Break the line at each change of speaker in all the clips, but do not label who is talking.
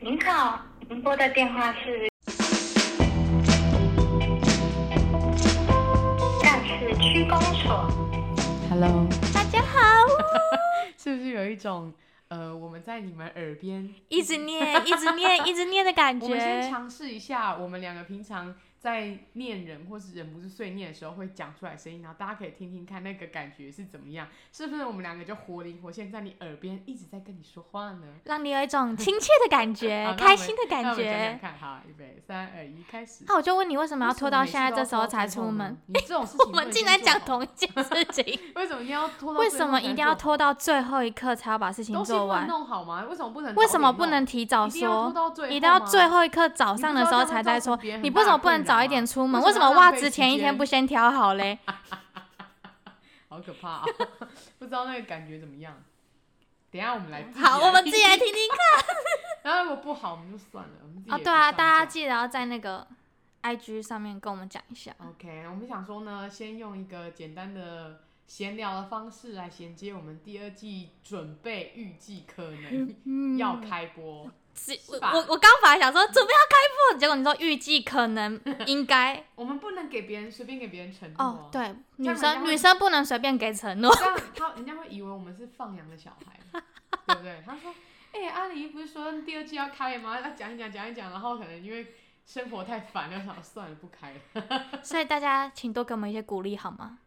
您好，您拨的电话是干事区公所。
Hello，
大家好，
是不是有一种呃，我们在你们耳边？
一直念，一直念，一直念的感
我们先
觉。
尝试一下，我们两个平常在念人或是忍不住碎念的时候会讲出来声音，然后大家可以听听看那个感觉是怎么样，是不是我们两个就活灵活现，在你耳边一直在跟你说话呢？
让你有一种亲切的感
好
觉
那，
开心的
那
感
我们讲讲
觉。
看，好，预备，三二一，开始。
那我就问你，为什么要拖到现在这时候才出门？
为什么每次都要拖到最后呢？你这种事情
我
不能先
们竟然
做
讲
好，
同一件 事情，
为什么一定要拖到最后才做？
为什么一定要拖到最后一刻才要把事情
东西
做
不能
完？
弄好吗？为什么不能？
为什么不能？提早
一定要拖
说？
到最后吗，
一定要最后一刻早上的时候才在说
你不知道这样会造成别人？很大的
你为什么不能早一点出门？为什么
困扰啊
袜子前一天不先挑好嘞？
好可怕、啊， 不知道那个感觉怎么样。等一下我们来自己来
好，我们自己来听听
然后如果不好，我们就算了。我们自己
哦，
也
对啊，
不上
大家
架
记得要在那个 IG 上面跟我们讲一下。
OK，我们想说呢，先用一个简单的闲聊的方式来衔接我们第二季准备，预计可能
嗯
要开播。
是
是
我
吧
我我刚本来想说准备要开播，结果你说预计可 能应该
我们不能给别人随便给别人承诺、
哦，，对，
这样
女
人家
生
会
女生不能随便给承诺。
这样他人家会以为我们是放羊的小孩，对不对？他说：“哎、阿狸不是说第二季要开吗？要讲一讲，讲一讲，然后可能因为生活太烦了，想算了，不开了。”
所以大家请多给我们一些鼓励好吗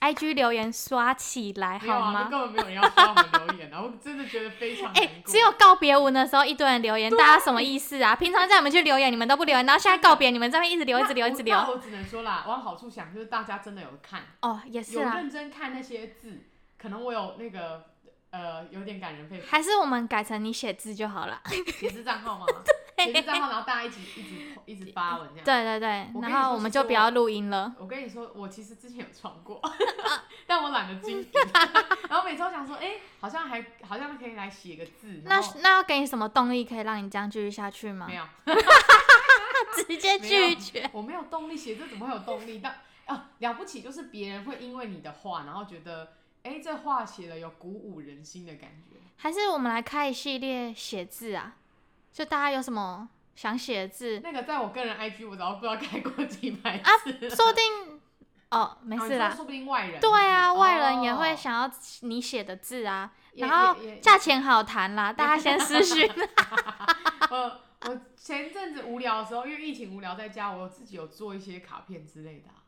？IG 留言刷起来
没有
好
啊，
吗
那？根本没有人要刷我们留 言啊！我真的觉得非常难
哎、
过。
只有告别文的时候一堆人留言，大家什么意思啊？平常叫你们去留言，你们都不留言，然后现在告别，你们这边一直留，一直留，
那
一
我
直留
那。我只能说啦，往好处想，就是大家真的有看，
哦，也是
有
啊，
认真看那些字，可能我有那个呃有点感人肺腑。
还是我们改成你写字就好了。
写字账号吗？写字账号，然后大家一起一直一直发文这样。
对对对
我，跟你
然
说
后我们就不要录音了。
我跟你说，我其实之前有创 过，但我懒得精笔，然后每次我想说，哎、好像还好像可以来写个字，
那啊
然后
那要给你什么动力可以让你这样继续下去吗
没？有，
直接拒绝。
我没有动力写，这怎么会有动力？但啊，了不起就是别人会因为你的话，然后觉得，哎、这话写了有鼓舞人心的感觉。
还是我们来开一系列写字啊？就大家有什么想写的字，
那个在我个人 IG 我早不知道改过几百
啊
次了，
说不定哦，没
哦
事
你说
啦。
说不定外人
对啊，
是不是
外人也
哦
会想要你写的字啊，
也
然后
也也
价钱好谈啦，大家先私讯。
呃，我前阵子无聊的时候，因为疫情无聊在家，我自己有做一些卡片之类的啊、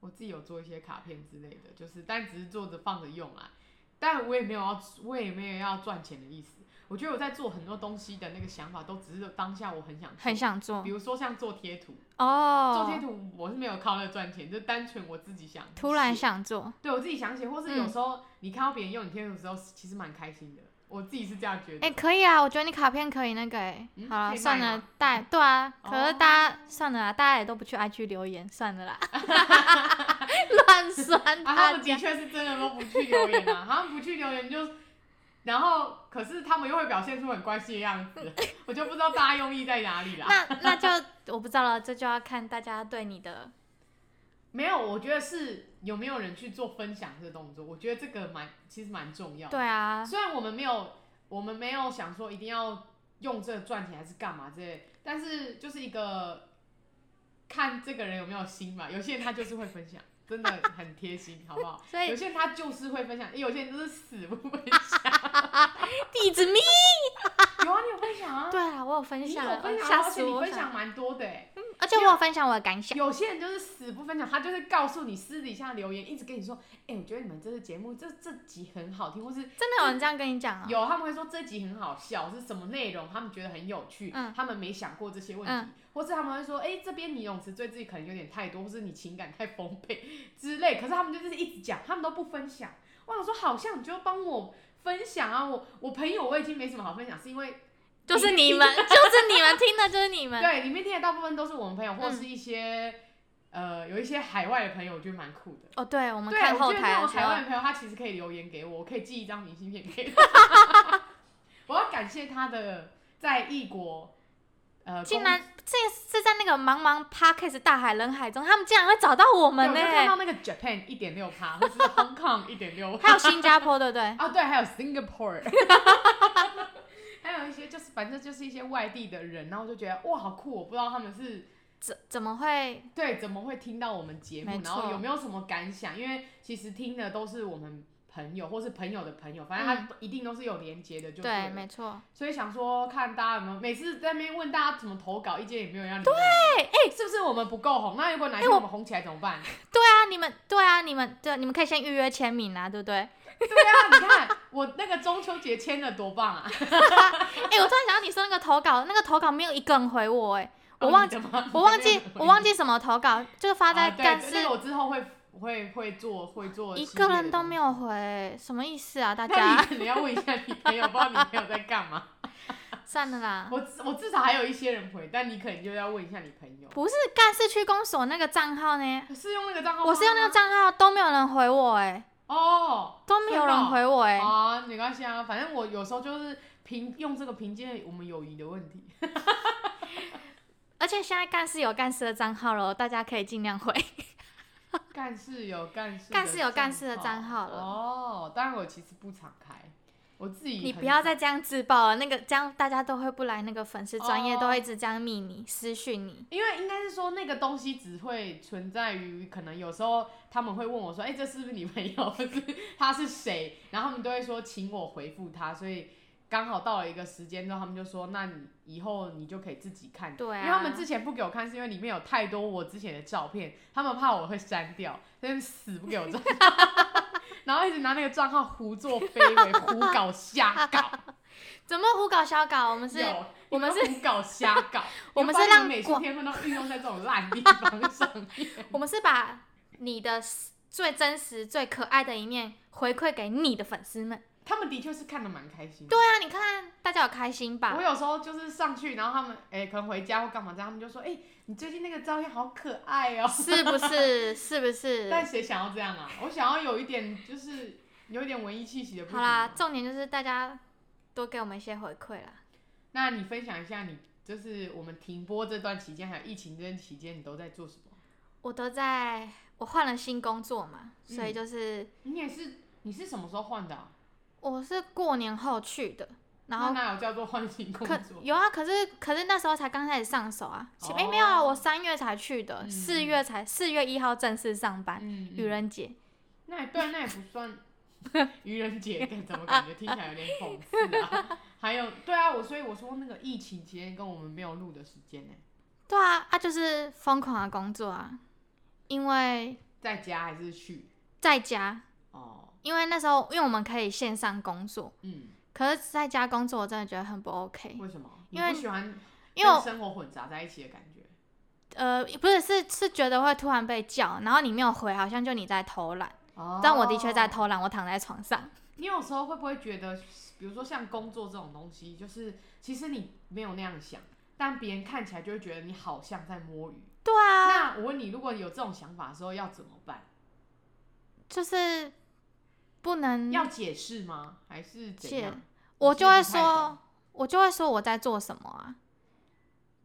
我自己有做一些卡片之类的，就是但只是做着放着用啊，但我也没有要，我也没有要赚钱的意思。我觉得我在做很多东西的那个想法，都只是当下我 很想做
很，想做
比如说像做贴图，做贴
哦，
图我是没有靠那个赚钱，就单纯我自己想，
突然，想嗯做，
对我自己想写，或是有时候你看到别人用你贴图的时候，其实蛮开心的，我自己是这样觉得。
哎，可以啊，我觉得你卡片可以那个哎
嗯，
好
可
了，
以卖
算了
吗，
带对啊，
哦
可是大家算了啦，大家也都不去 IG 留言，算了啦， 乱酸
啊，他
大
们的
家。
确是真的都不去留言啊，他们不去留言就，然后可是他们又会表现出很关心的样子，我就不知道大家用意在哪里啦。
那那就我不知道了，这就要看大家对你的
没有，我觉得是有没有人去做分享这个动作，我觉得这个蛮其实蛮重要的。
对啊，
虽然我们没有我们没有想说一定要用这个赚钱还是干嘛之类，但是就是一个看这个人有没有心吧。有些人他就是会分享，真的很贴心，好不好？
所以
有些人他就是会分享，有些人就是死不分享。
地址密。
有啊，你有分享啊？
对啊，我有分
你有
享啊，
分享啊，
吓
而且
死
你
我
分
想！
享蛮多的欸。
而且我有分享我的感想，
有些人就是死不分享，他就是告诉你私底下留言，一直跟你说，哎、我觉得你们这次节目这这集很好听，或是
真的有人这样跟你讲啊？
有他们会说这集很好笑，是什么内容，他们觉得很有趣，
嗯
他们没想过这些问题，
嗯
或是他们会说，哎、这边你泳池对自己可能有点太多，或是你情感太丰沛 之类，可是他们就是一直讲，他们都不分享。我想说，好像你就帮我分享啊，我我朋友我已经没什么好分享，是因为
就是你们，就是你们听的，就是你们。
对，里面听的大部分都是我们朋友，
嗯
或是一些、呃有一些海外的朋友，我觉得蛮酷的。
哦，对，我们
对，
看后
我觉得那
台
种
的时
海外
候，
的朋友，他其实可以留言给我，我可以寄一张明信片给他。 我要感谢他的在异国，呃，
竟
公
然这是在那个茫茫 Parkes 大海人海中，他们竟然会找到我
对
们欸
我
呢
就、看到那个 Japan 一点六趴，或是 Hong Kong 一点六 哦
还有新加坡，对不对？
啊，对，还有 Singapore，还有一些就是反正就是一些外地的人，然后我就觉得哇好酷，哦我不知道他们是
怎怎么会？
对怎么会听到我们节
没
目，
错
然后有没有什么感想？因为其实听的都是我们朋友或是朋友的朋友，反正他一定都是有连接的就
对，
了
没错。
所以想说看大家有没有，每次在那边问大家怎么投稿，意见也没有人要理我们。
对哎
是不是我们不够红？那如果哪一天
哎我
我们红起来怎么办？
对啊，你们对啊，你们对，你们可以先预约签名啊，对不对？
对啊，你看我那个中秋节签的多棒啊！
哎、我突然想到你说那个投稿，那个投稿没有一个人回我、哎， 我
哦
忘
你
记，
的吗
我 忘记，我忘
记
记什么投稿，就是 发在干
啊对，
事
那个，我之后会会会做会做
一
系列
个
的
人都没
东
有回、哎什么意思啊？大
西。 那
家
你可能要问一下你朋友，不知道你朋友在干嘛。
算了啦。
我至我至少还有一些人回，但你可能就要问一下你朋友。
不是干事区公所那个账号呢？
是用那个账号吗？
我是用那个账号，都没有人回我、哎，
哦，
都没有人回我、哎、
好啊，没关系啊，反正我有时候就是凭用这个凭借我们友谊的问题。
而且现在干事有干事的账号了，大家可以尽量回。
干事有干事的账号，
干事有干事的账号了
哦，当然我其实不敞开，我自己
你
很
不要
少
再这样自爆了，那个这样大家都会不来那个粉丝专业，
哦
都会一直这样密你私讯你。
因为应该是说那个东西只会存在于可能有时候他们会问我说，哎、这是不是你朋友？或是他是谁？然后他们都会说请我回复他，所以刚好到了一个时间之后，他们就说，那你以后你就可以自己看。
对啊
因为他们之前不给我看，是因为里面有太多我之前的照片，他们怕我会删掉，所以死不给我账号， 然后一直拿那个账号胡作非为、胡搞瞎搞。
怎么胡搞瞎搞？我们是
有
我们是
你胡搞瞎搞，
我们是
你要把
让
你美术
广
天分都运用在这种烂地方上面。
我们是把你的最真实、最可爱的一面回馈给你的粉丝们。
他们的确是看得蛮开心的。
对啊，你看大家有开心吧
我？有时候就是上去，然后他们哎、可能回家或干嘛这样，他们就说：“哎、你最近那个照片好可爱哦、
是不是？是不 是？
但谁想要这样啊？我想要有一点就是有一点文艺气息的。啊
好啦，，重点就是大家多给我们一些回馈啦。
那你分享一下你就是我们停播这段期间，还有疫情这段期间，你都在做什么？
我都在，我换了新工作嘛，
嗯
所以就是
你也是你是什么时候换的啊、
我是过年后去的，然后
那哪有叫做换新工
可
作？
有啊，可是可是那时候才刚开始上手啊。哎、
哦
没有啊，我三月才去的，
嗯
四、月才四月一号正式上班，
嗯，
愚、人节。
那也对，那也不算愚人节，但怎么感觉听起来有点讽刺啊？还有，对啊，我所以我说那个疫情期间跟我们没有录的时间呢、
对啊，啊就是疯狂的工作啊，因为
在家还是去
在家，
哦，
因为那时候因为我们可以线上工作，
嗯，
可是在家工作我真的觉得很不 OK，
为什么？
因为
你不喜欢
因为
跟
我
生活混杂在一起的感觉？
呃不是是是觉得会突然被叫，然后你没有回，好像就你在偷懒，
哦
但我的确在。偷懒，我躺在床上。
你有时候会不会觉得，比如说像工作这种东西，就是其实你没有那样想，但别人看起来就会觉得你好像在摸鱼。
对啊，
那我问你，如果有这种想法的时候要怎么办？
就是不能
要解释吗？还是怎
嗯解
样？
我就会
是不太懂
说，我就会说我在做什么啊，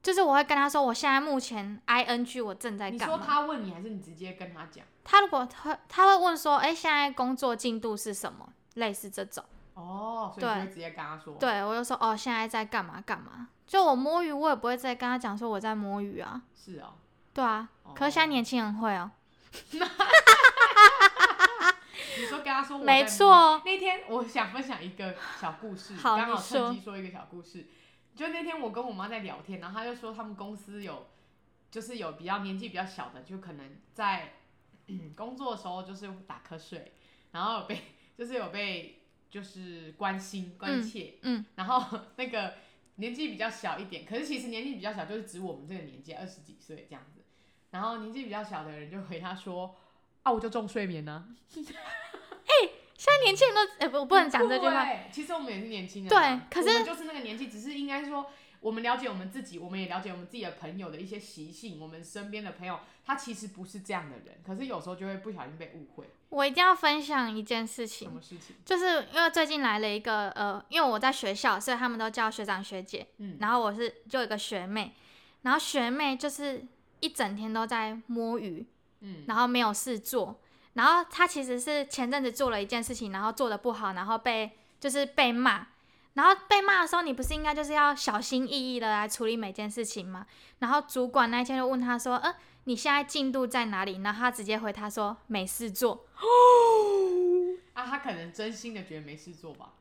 就是我会跟他说我现在目前 I N G 我正在
你
干
说
嘛。
他问你，还是你直接跟他讲？
他如果他他会问说，哎、现在工作进度是什么？类似这种，
哦，所以你就会直接跟他说。，
对我就说哦，现在在干嘛干嘛。就我摸鱼，我也不会再跟他讲说我在摸鱼啊，
是哦。
对啊。
哦
可是现在年轻人会哦，
你说跟他说我在
没
忙
错。
那天我想分享一个小故事，
好
刚好
你说
趁机说一个小故事。就那天我跟我妈在聊天，然后她就说他们公司有，就是有比较年纪比较小的，就可能在嗯工作的时候就是打瞌睡，然后有被就是有被就是关心关切，
嗯
然后那个年纪比较小一点，可是其实年纪比较小就是指我们这个年纪二十几岁这样子，然后年纪比较小的人就回他说啊我就重睡眠呢、
现在年轻人都，哎、不，我不能讲这句话
很酷，欸其实我们也是年轻人啊，
对可是
我们就是那个年纪，只是应该说我们了解我们自己，我们也了解我们自己的朋友的一些习性，我们身边的朋友他其实不是这样的人，可是有时候就会不小心被误会，
我一定要分享一件事
什
情。
么事情？
就是因为最近来了一个呃，因为我在学校，所以他们都叫学长学姐。
嗯
然后我是就有一个学妹，然后学妹就是一整天都在摸鱼，
嗯，
然后没有事做。然后她其实是前阵子做了一件事情，然后做的不好，然后被就是被骂。然后被骂的时候，你不是应该就是要小心翼翼的来处理每件事情吗？然后主管那一天就问他说：“嗯、你现在进度在哪里？”然后他直接回他说：“没事做。
啊，他可能真心的觉得没事做吧？”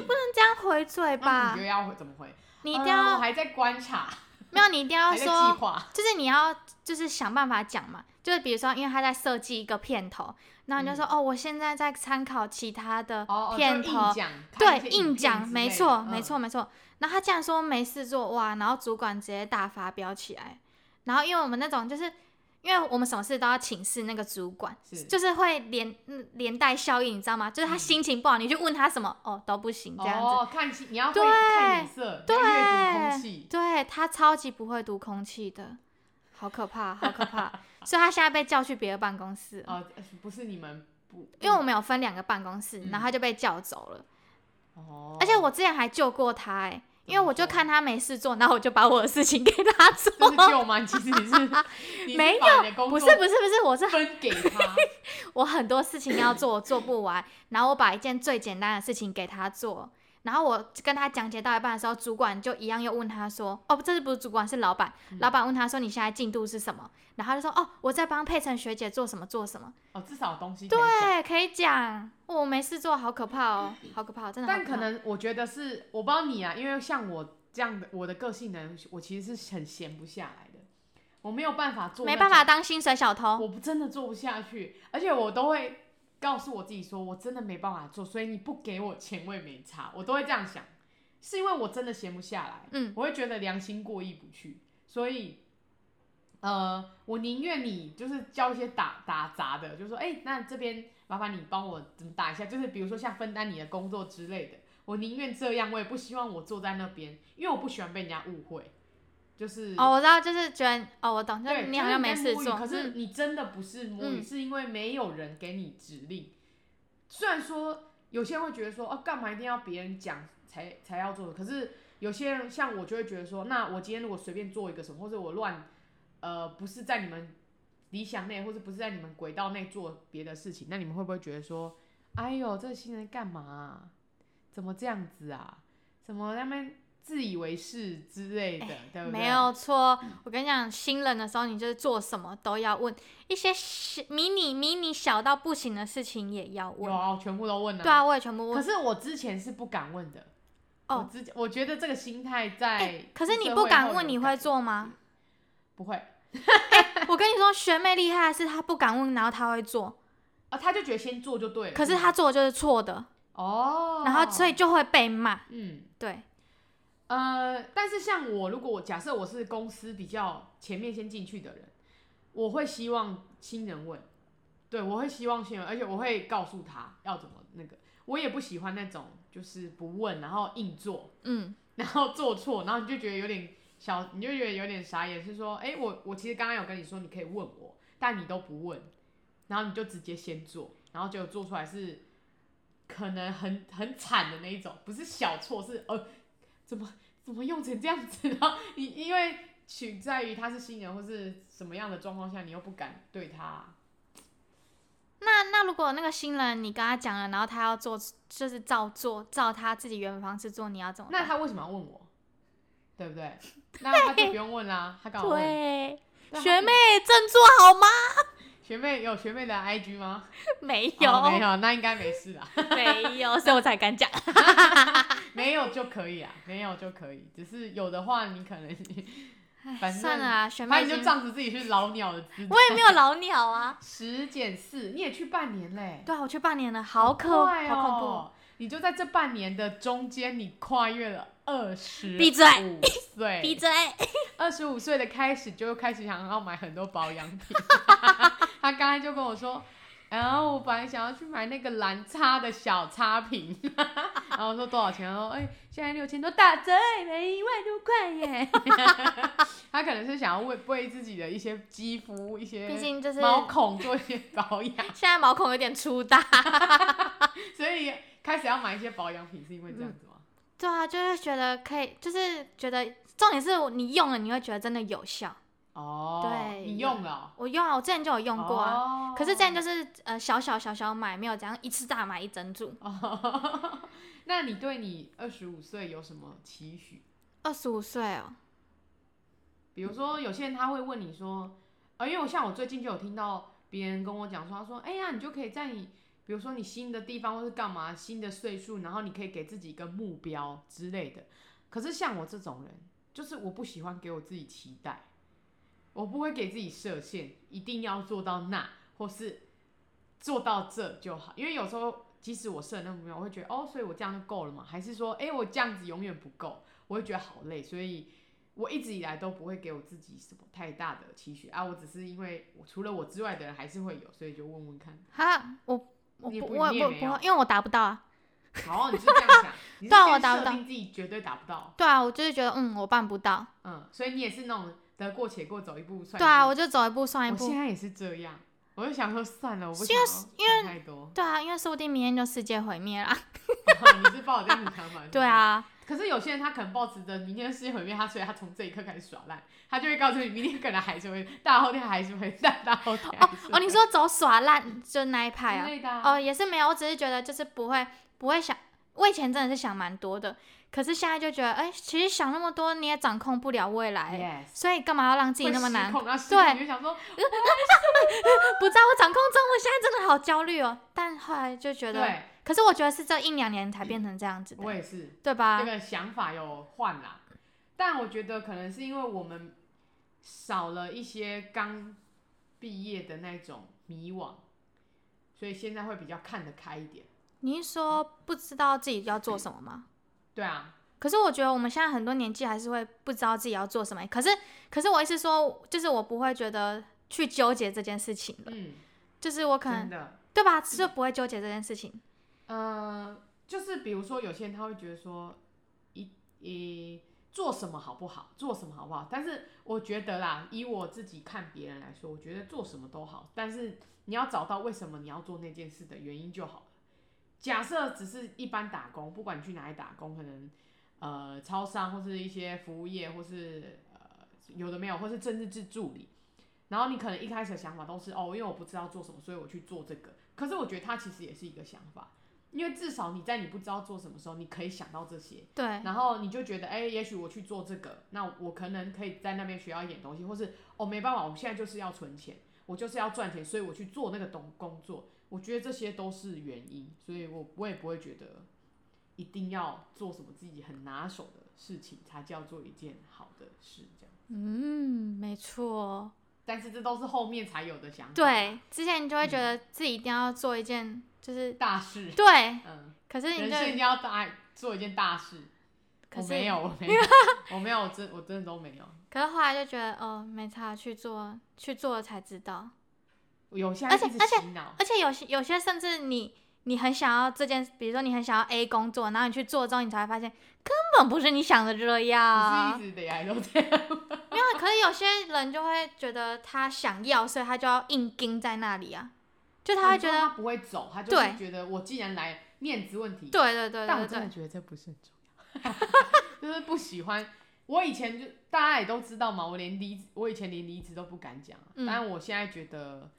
那这样回嘴
那
吧
你觉，得要怎么回？
嗯你一定
呃我
要
还在观察，
没有，你一定要
还在计
说，
划。
就是你要就是想办法讲嘛，就是比如说，因为他在设计一个片头，然后你就说、哦，我现在在参考其他的
哦，哦
片
就
头，
硬讲，看
对
一些，
硬
影片
讲，
之
没
类的
错，
嗯
没错，没错。然后他竟然说没事做，哇！然后主管直接大发飙起来。然后因为我们那种就是，因为我们什么事都要请示那个主管，
是
就是会连嗯连带效应，你知道吗？就是他
嗯
心情不好，你去问他什么，哦都不行这样子。
哦，看清你要会
对
看脸色，你要阅读空气。
对他超级不会读空气的，好可怕，好 可怕。所以他现在被叫去别的办公室了，
哦，呃不是你们不，
因为我们有分两个办公
嗯
室，然后他就被叫走了。
哦，
而且我之前还救过他、哎，
怎
因为
么
我就
说
看他没事做，然后我就把我的事情给 他做。
这是救 吗？你其实你是你
没
有
不是不是不是，我是
分给他，
我很多事情要做，我做不完，然后我把一件最简单的事情给他做，然后我跟他讲解到一半的时候，主管就一样又问他说：“哦，这是不是主管是老板？”
嗯
老板问他说：“你现在进度是什么？”然后他就说：“哦，我在帮佩晨学姐做什么做什么。
哦，至少有东西”可以讲
对，可以讲。哦我没事做，好可怕哦，好可怕哦，真的好
但
可怕。
可能我觉得是，我不知道你啊，因为像我这样的，我的个性呢，我其实是很闲不下来的，我没有办法做，
没办法，当薪水小偷。
我不真的做不下去，而且我都会告诉我自己说，我真的没办法做，所以你不给我钱我也没差，我都会这样想，是因为我真的闲不下来，
嗯，
我会觉得良心过意不去，所以。呃，我宁愿你就是教一些打打杂的，就是说，哎、那这边麻烦你帮我怎么打一下，就是比如说像分担你的工作之类的，我宁愿这样，我也不希望我坐在那边，因为我不喜欢被人家误会，就是
哦，我知道，就是觉得哦，我懂，就
对，
是你
就
好
是
像
在
没事
摸鱼
做。
可是
嗯
你真的不是摸鱼，
嗯
是因为没有人给你指令。虽然说有些人会觉得说，哦、干嘛一定要别人讲才才要做？可是有些人像我就会觉得说，那我今天如果随便做一个什么，或者我乱，呃，不是在你们理想内，或者不是在你们轨道内做别的事情，那你们会不会觉得说，哎呦，这新人干嘛啊、怎么这样子啊？怎么他们自以为是之类的，对不对？
哎没有错，我跟你讲，新人的时候，你就是做什么都要问，一些小迷你迷你小到不行的事情也要
有
问。
啊，我全部都问了、
对啊，我也全部
可
问。
是我之前是不敢问的。
哦
我之前我觉得这个心态在、
欸可是你不敢问，你会？做吗？
不会啊、
我跟你说，学妹厉害的是她不敢问，然后她会做，
哦他就觉得先做就对了。嗯
可是她做的就是错的，
哦，
然后所以就会被骂。
嗯
对，
呃，但是像我，如果我假设我是公司比较前面先进去的人，我会希望新人问，对我会希望新人，而且我会告诉他要怎么那个。我也不喜欢那种就是不问然后硬做，
嗯，
然后做错，然后你就觉得有点小，你就觉得有点傻眼，是说，哎、我我其实刚刚有跟你说你可以问我，但你都不问，然后你就直接先做，然后结果做出来是可能很很惨的那一种，不是小错，是呃怎么怎么用成这样子，然后你 因为取在于他是新人或是什么样的状况下，你又不敢对他，
那那如果那个新人你跟他讲了，然后他要做，就是照做，照他自己原本方式做，你要怎么
那
办？
他为什么要问我？对不对？那他就不用问啦，他干嘛问？
对，
对啊
学妹振作好吗？
学妹有学妹的 IG 吗？
没
哦没有，那应该没事啦，
没 有，所以我才敢讲。
没有就可以啊，没有就可以，只是有的话你可能，反正
算了啊，学
那
妹已
你就
经，
仗着自己是老鸟的姿态
我，也没有老鸟啊。
十减四，你也去半年嘞，
对啊，我去半年了，好可，
快
好恐怖哦。
哦，你就在这半年的中间，你跨越了二十，
闭嘴
五岁，
闭嘴！
二十五岁的开始就开始想要买很多保养品。 他刚才就跟我说，然后我本来想要去买那个蓝叉的小叉瓶， 然后我说多少钱？他说哎、现在六千多打折，没一万多块耶。 他可能是想要为为自己的一些肌肤、一些
毕竟就是
毛孔做一些保养，
现在毛孔有点粗大。
所以开始要买一些保养品，是因为这样子吗？
对啊，就是觉得可以，就是觉得重点是你用了，你会觉得真的有效。
哦，
对
你用了哦、
我用啊，我之前就有用过啊。
哦
可是之前就是呃小小小小买，没有这样一次大买一整组。
哦， 那你对你二十五岁有什么期许？
二十五岁哦，
比如说，有些人他会问你说，呃，因为我像我最近就有听到别人跟我讲说，他说，哎呀，你就可以在你，比如说你新的地方或是干嘛，新的岁数，然后你可以给自己一个目标之类的。可是像我这种人，就是我不喜欢给我自己期待，我不会给自己设限，一定要做到那，或是做到这就好。因为有时候，即使我设了那个目标，我会觉得，哦，所以我这样就够了嘛？还是说，哎，我这样子永远不够，我会觉得好累，所以。我一直以来都不会给我自己什么太大的期许啊，我只是因为我除了我之外的人还是会有，所以就问问看。
哈，我我
你
不
不
我
你也
我
没
不
有
会，因为我达不到啊。
好，你是这样想，你是
对啊
先
我达不
设
到
定自己绝对达不到，
对啊，我就是觉得嗯，我办不到。
嗯，所以你也是那种得过且过，走一步算一步。
对啊，我就走一步算一
我现
步。
在也是这样，我就想说算了，我不
因
想
为
要
因
想太多。
对啊，因为说不定明天就世界毁灭了。
哦你是抱着这样的想法？
对。啊，
可是有些人他可能抱持着明天世界毁灭，他所以他从这一刻开始耍赖，他就会告诉你明天可能还是会，大后天还是会， 大大后天还
哦
是会
哦，你说走耍烂就那一派
之
啊？
类的啊、
哦，也是没有，我只是觉得就是不会不会想，我以前真的是想蛮多的，可是现在就觉得，哎、其实想那么多你也掌控不了未来
Yes
所以干嘛要让自己
会
那么
失
难？
控然后失
对
控你就想说
不在我掌控中，我现在真的好焦虑哦。但后来就觉得，
对，
可是我觉得是这一两年才变成这样子的，啊
我也是，
对吧
这？个想法有换啦，但我觉得可能是因为我们少了一些刚毕业的那种迷惘，所以现在会比较看得开一点。
你是说不知道自己要做什么吗？
对啊，
可是我觉得我们现在很多年纪还是会不知道自己要做什么。可是，可是我意思说，就是我不会觉得去纠结这件事情了，
嗯，
就是我可
真
能
的，
对吧，就不会纠结这件事情。
呃，就是比如说有些人他会觉得说，一一做什么好不好，做什么好不好？但是我觉得啦，以我自己看别人来说，我觉得做什么都好，但是你要找到为什么你要做那件事的原因就好了。假设只是一般打工，不管你去哪里打工，可能呃超商或是一些服务业，或是呃有的没有，或是政治制助理。然后你可能一开始的想法都是哦，因为我不知道做什么，所以我去做这个。可是我觉得它其实也是一个想法，因为至少你在你不知道做什么时候，你可以想到这些，
对，
然后你就觉得，哎、也许我去做这个，那我可能可以在那边学到一点东西，或是哦，没办法，我现在就是要存钱，我就是要赚钱，所以我去做那个东工作。我觉得这些都是原因，所以我我也不会觉得一定要做什么自己很拿手的事情才叫做一件好的事，这样。
嗯，没错。
但是这都是后面才有的想法，，
对，之前你就会觉得自己一定要做一件，就是
大事，
对，
嗯，
可是你
人生一定
就
要大做一件大事。我
可是
没有，我没 有，我没有，我真我真的都没有。
可是后来就觉得哦，没差，去做去做了才知道。
有些
而且
一直
而且
洗脑，
而且有些有些甚至你你很想要这件，比如说你很想要 A 工作，然后你去做之后，你才会发现根本不是你想的这 样
你。是一直以来都这样。
没有，可是有些人就会觉得他想要，所以他就要硬盯在那里啊，就他会觉
哦他
得，
不会走，他就是
对
觉得我既然来面子问题，
对对对
但我
对
真的
对，
觉得这不是很重要， 就是不喜欢。我以前就大家也都知道嘛，我连离职，我以前连离职都不敢讲、啊，
嗯
但我现在觉得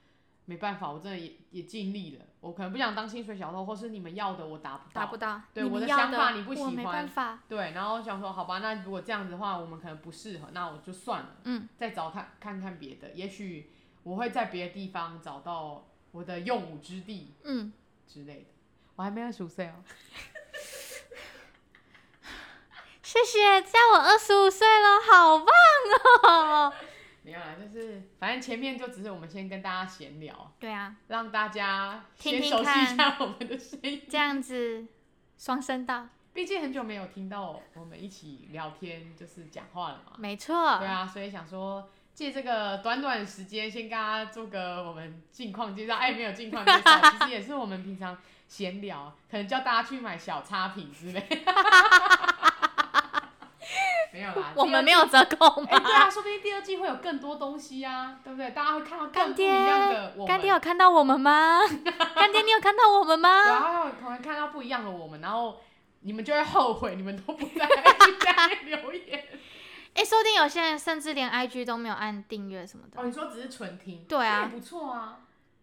没办法，我真的也也尽力了。我可能不想当薪水小偷，或是你们要的我达不到，
达不到。
对
你
我
们
的
要
想
的
法你不喜
我没
欢
办法。
对，然后想说好吧，那如果这样子的话，我们可能不适合，那我就算了，
嗯，
再找看看看别的，也许我会在别的地方找到我的用武之地
嗯，
之类的。我还没二十五岁哦，
谢谢，在我二十五岁了，好棒哦。
没有啦，就是反正前面就只是我们先跟大家闲聊，
对啊，
让大家先
听听
熟悉
看
一下我们的声音，
这样子双声道，
毕竟很久没有听到我们一起聊天就是讲话了嘛。
没错。
对啊，所以想说借这个短短时间，先跟大家做个我们近况介绍。哎，没有近况介绍， 其实也是我们平常闲聊，可能叫大家去买小差评之 类。没有啦，
我们没
有。
有折扣
哎、对
吗？
啊，说不定第二季会有更多东西啊，对不对？大家会看到更不一样的我们。
干爹有看到我们 吗？干爹，你有看到我
对
们吗？
啊，可能看到不一样的我们，然后你们就会后悔，你们都不在 IG 下面留言。
哎、说不定有些
哦
人甚至连 IG 都没有按订阅什么的。
哦，你说只是纯听，
对啊
那也不错啊。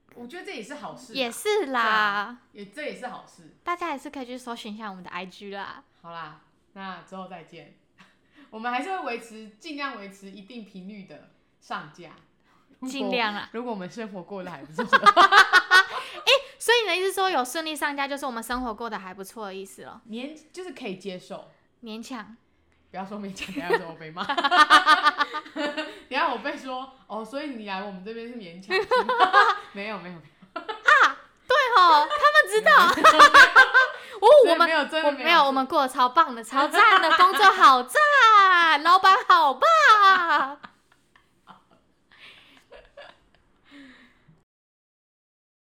的，
我觉得这也是好事啊，
也是
对
啦
啊。也这也是好事。
大家也是可以去搜寻一下我们的 IG 啦。
好啦，那之后再见。 我们还是会维持，尽量维持一定频率的上架，如果
尽量啦。
如果我们生活过得还不错 的话，
所以你的意思是说有顺利上架，就是我们生活过得还不错的意思了，
勉就是可以接受，
勉强。
不要说勉强，等一下说我 被骂，等一下我被说哦，所以你来我们这边是勉 强， 是吗没有没有，没有
对吼，他们知道。 哦，我
真的
们
没有真
我
的
没
没有
有，我 们过得超棒的，超赞的，工作好赞，老板好棒。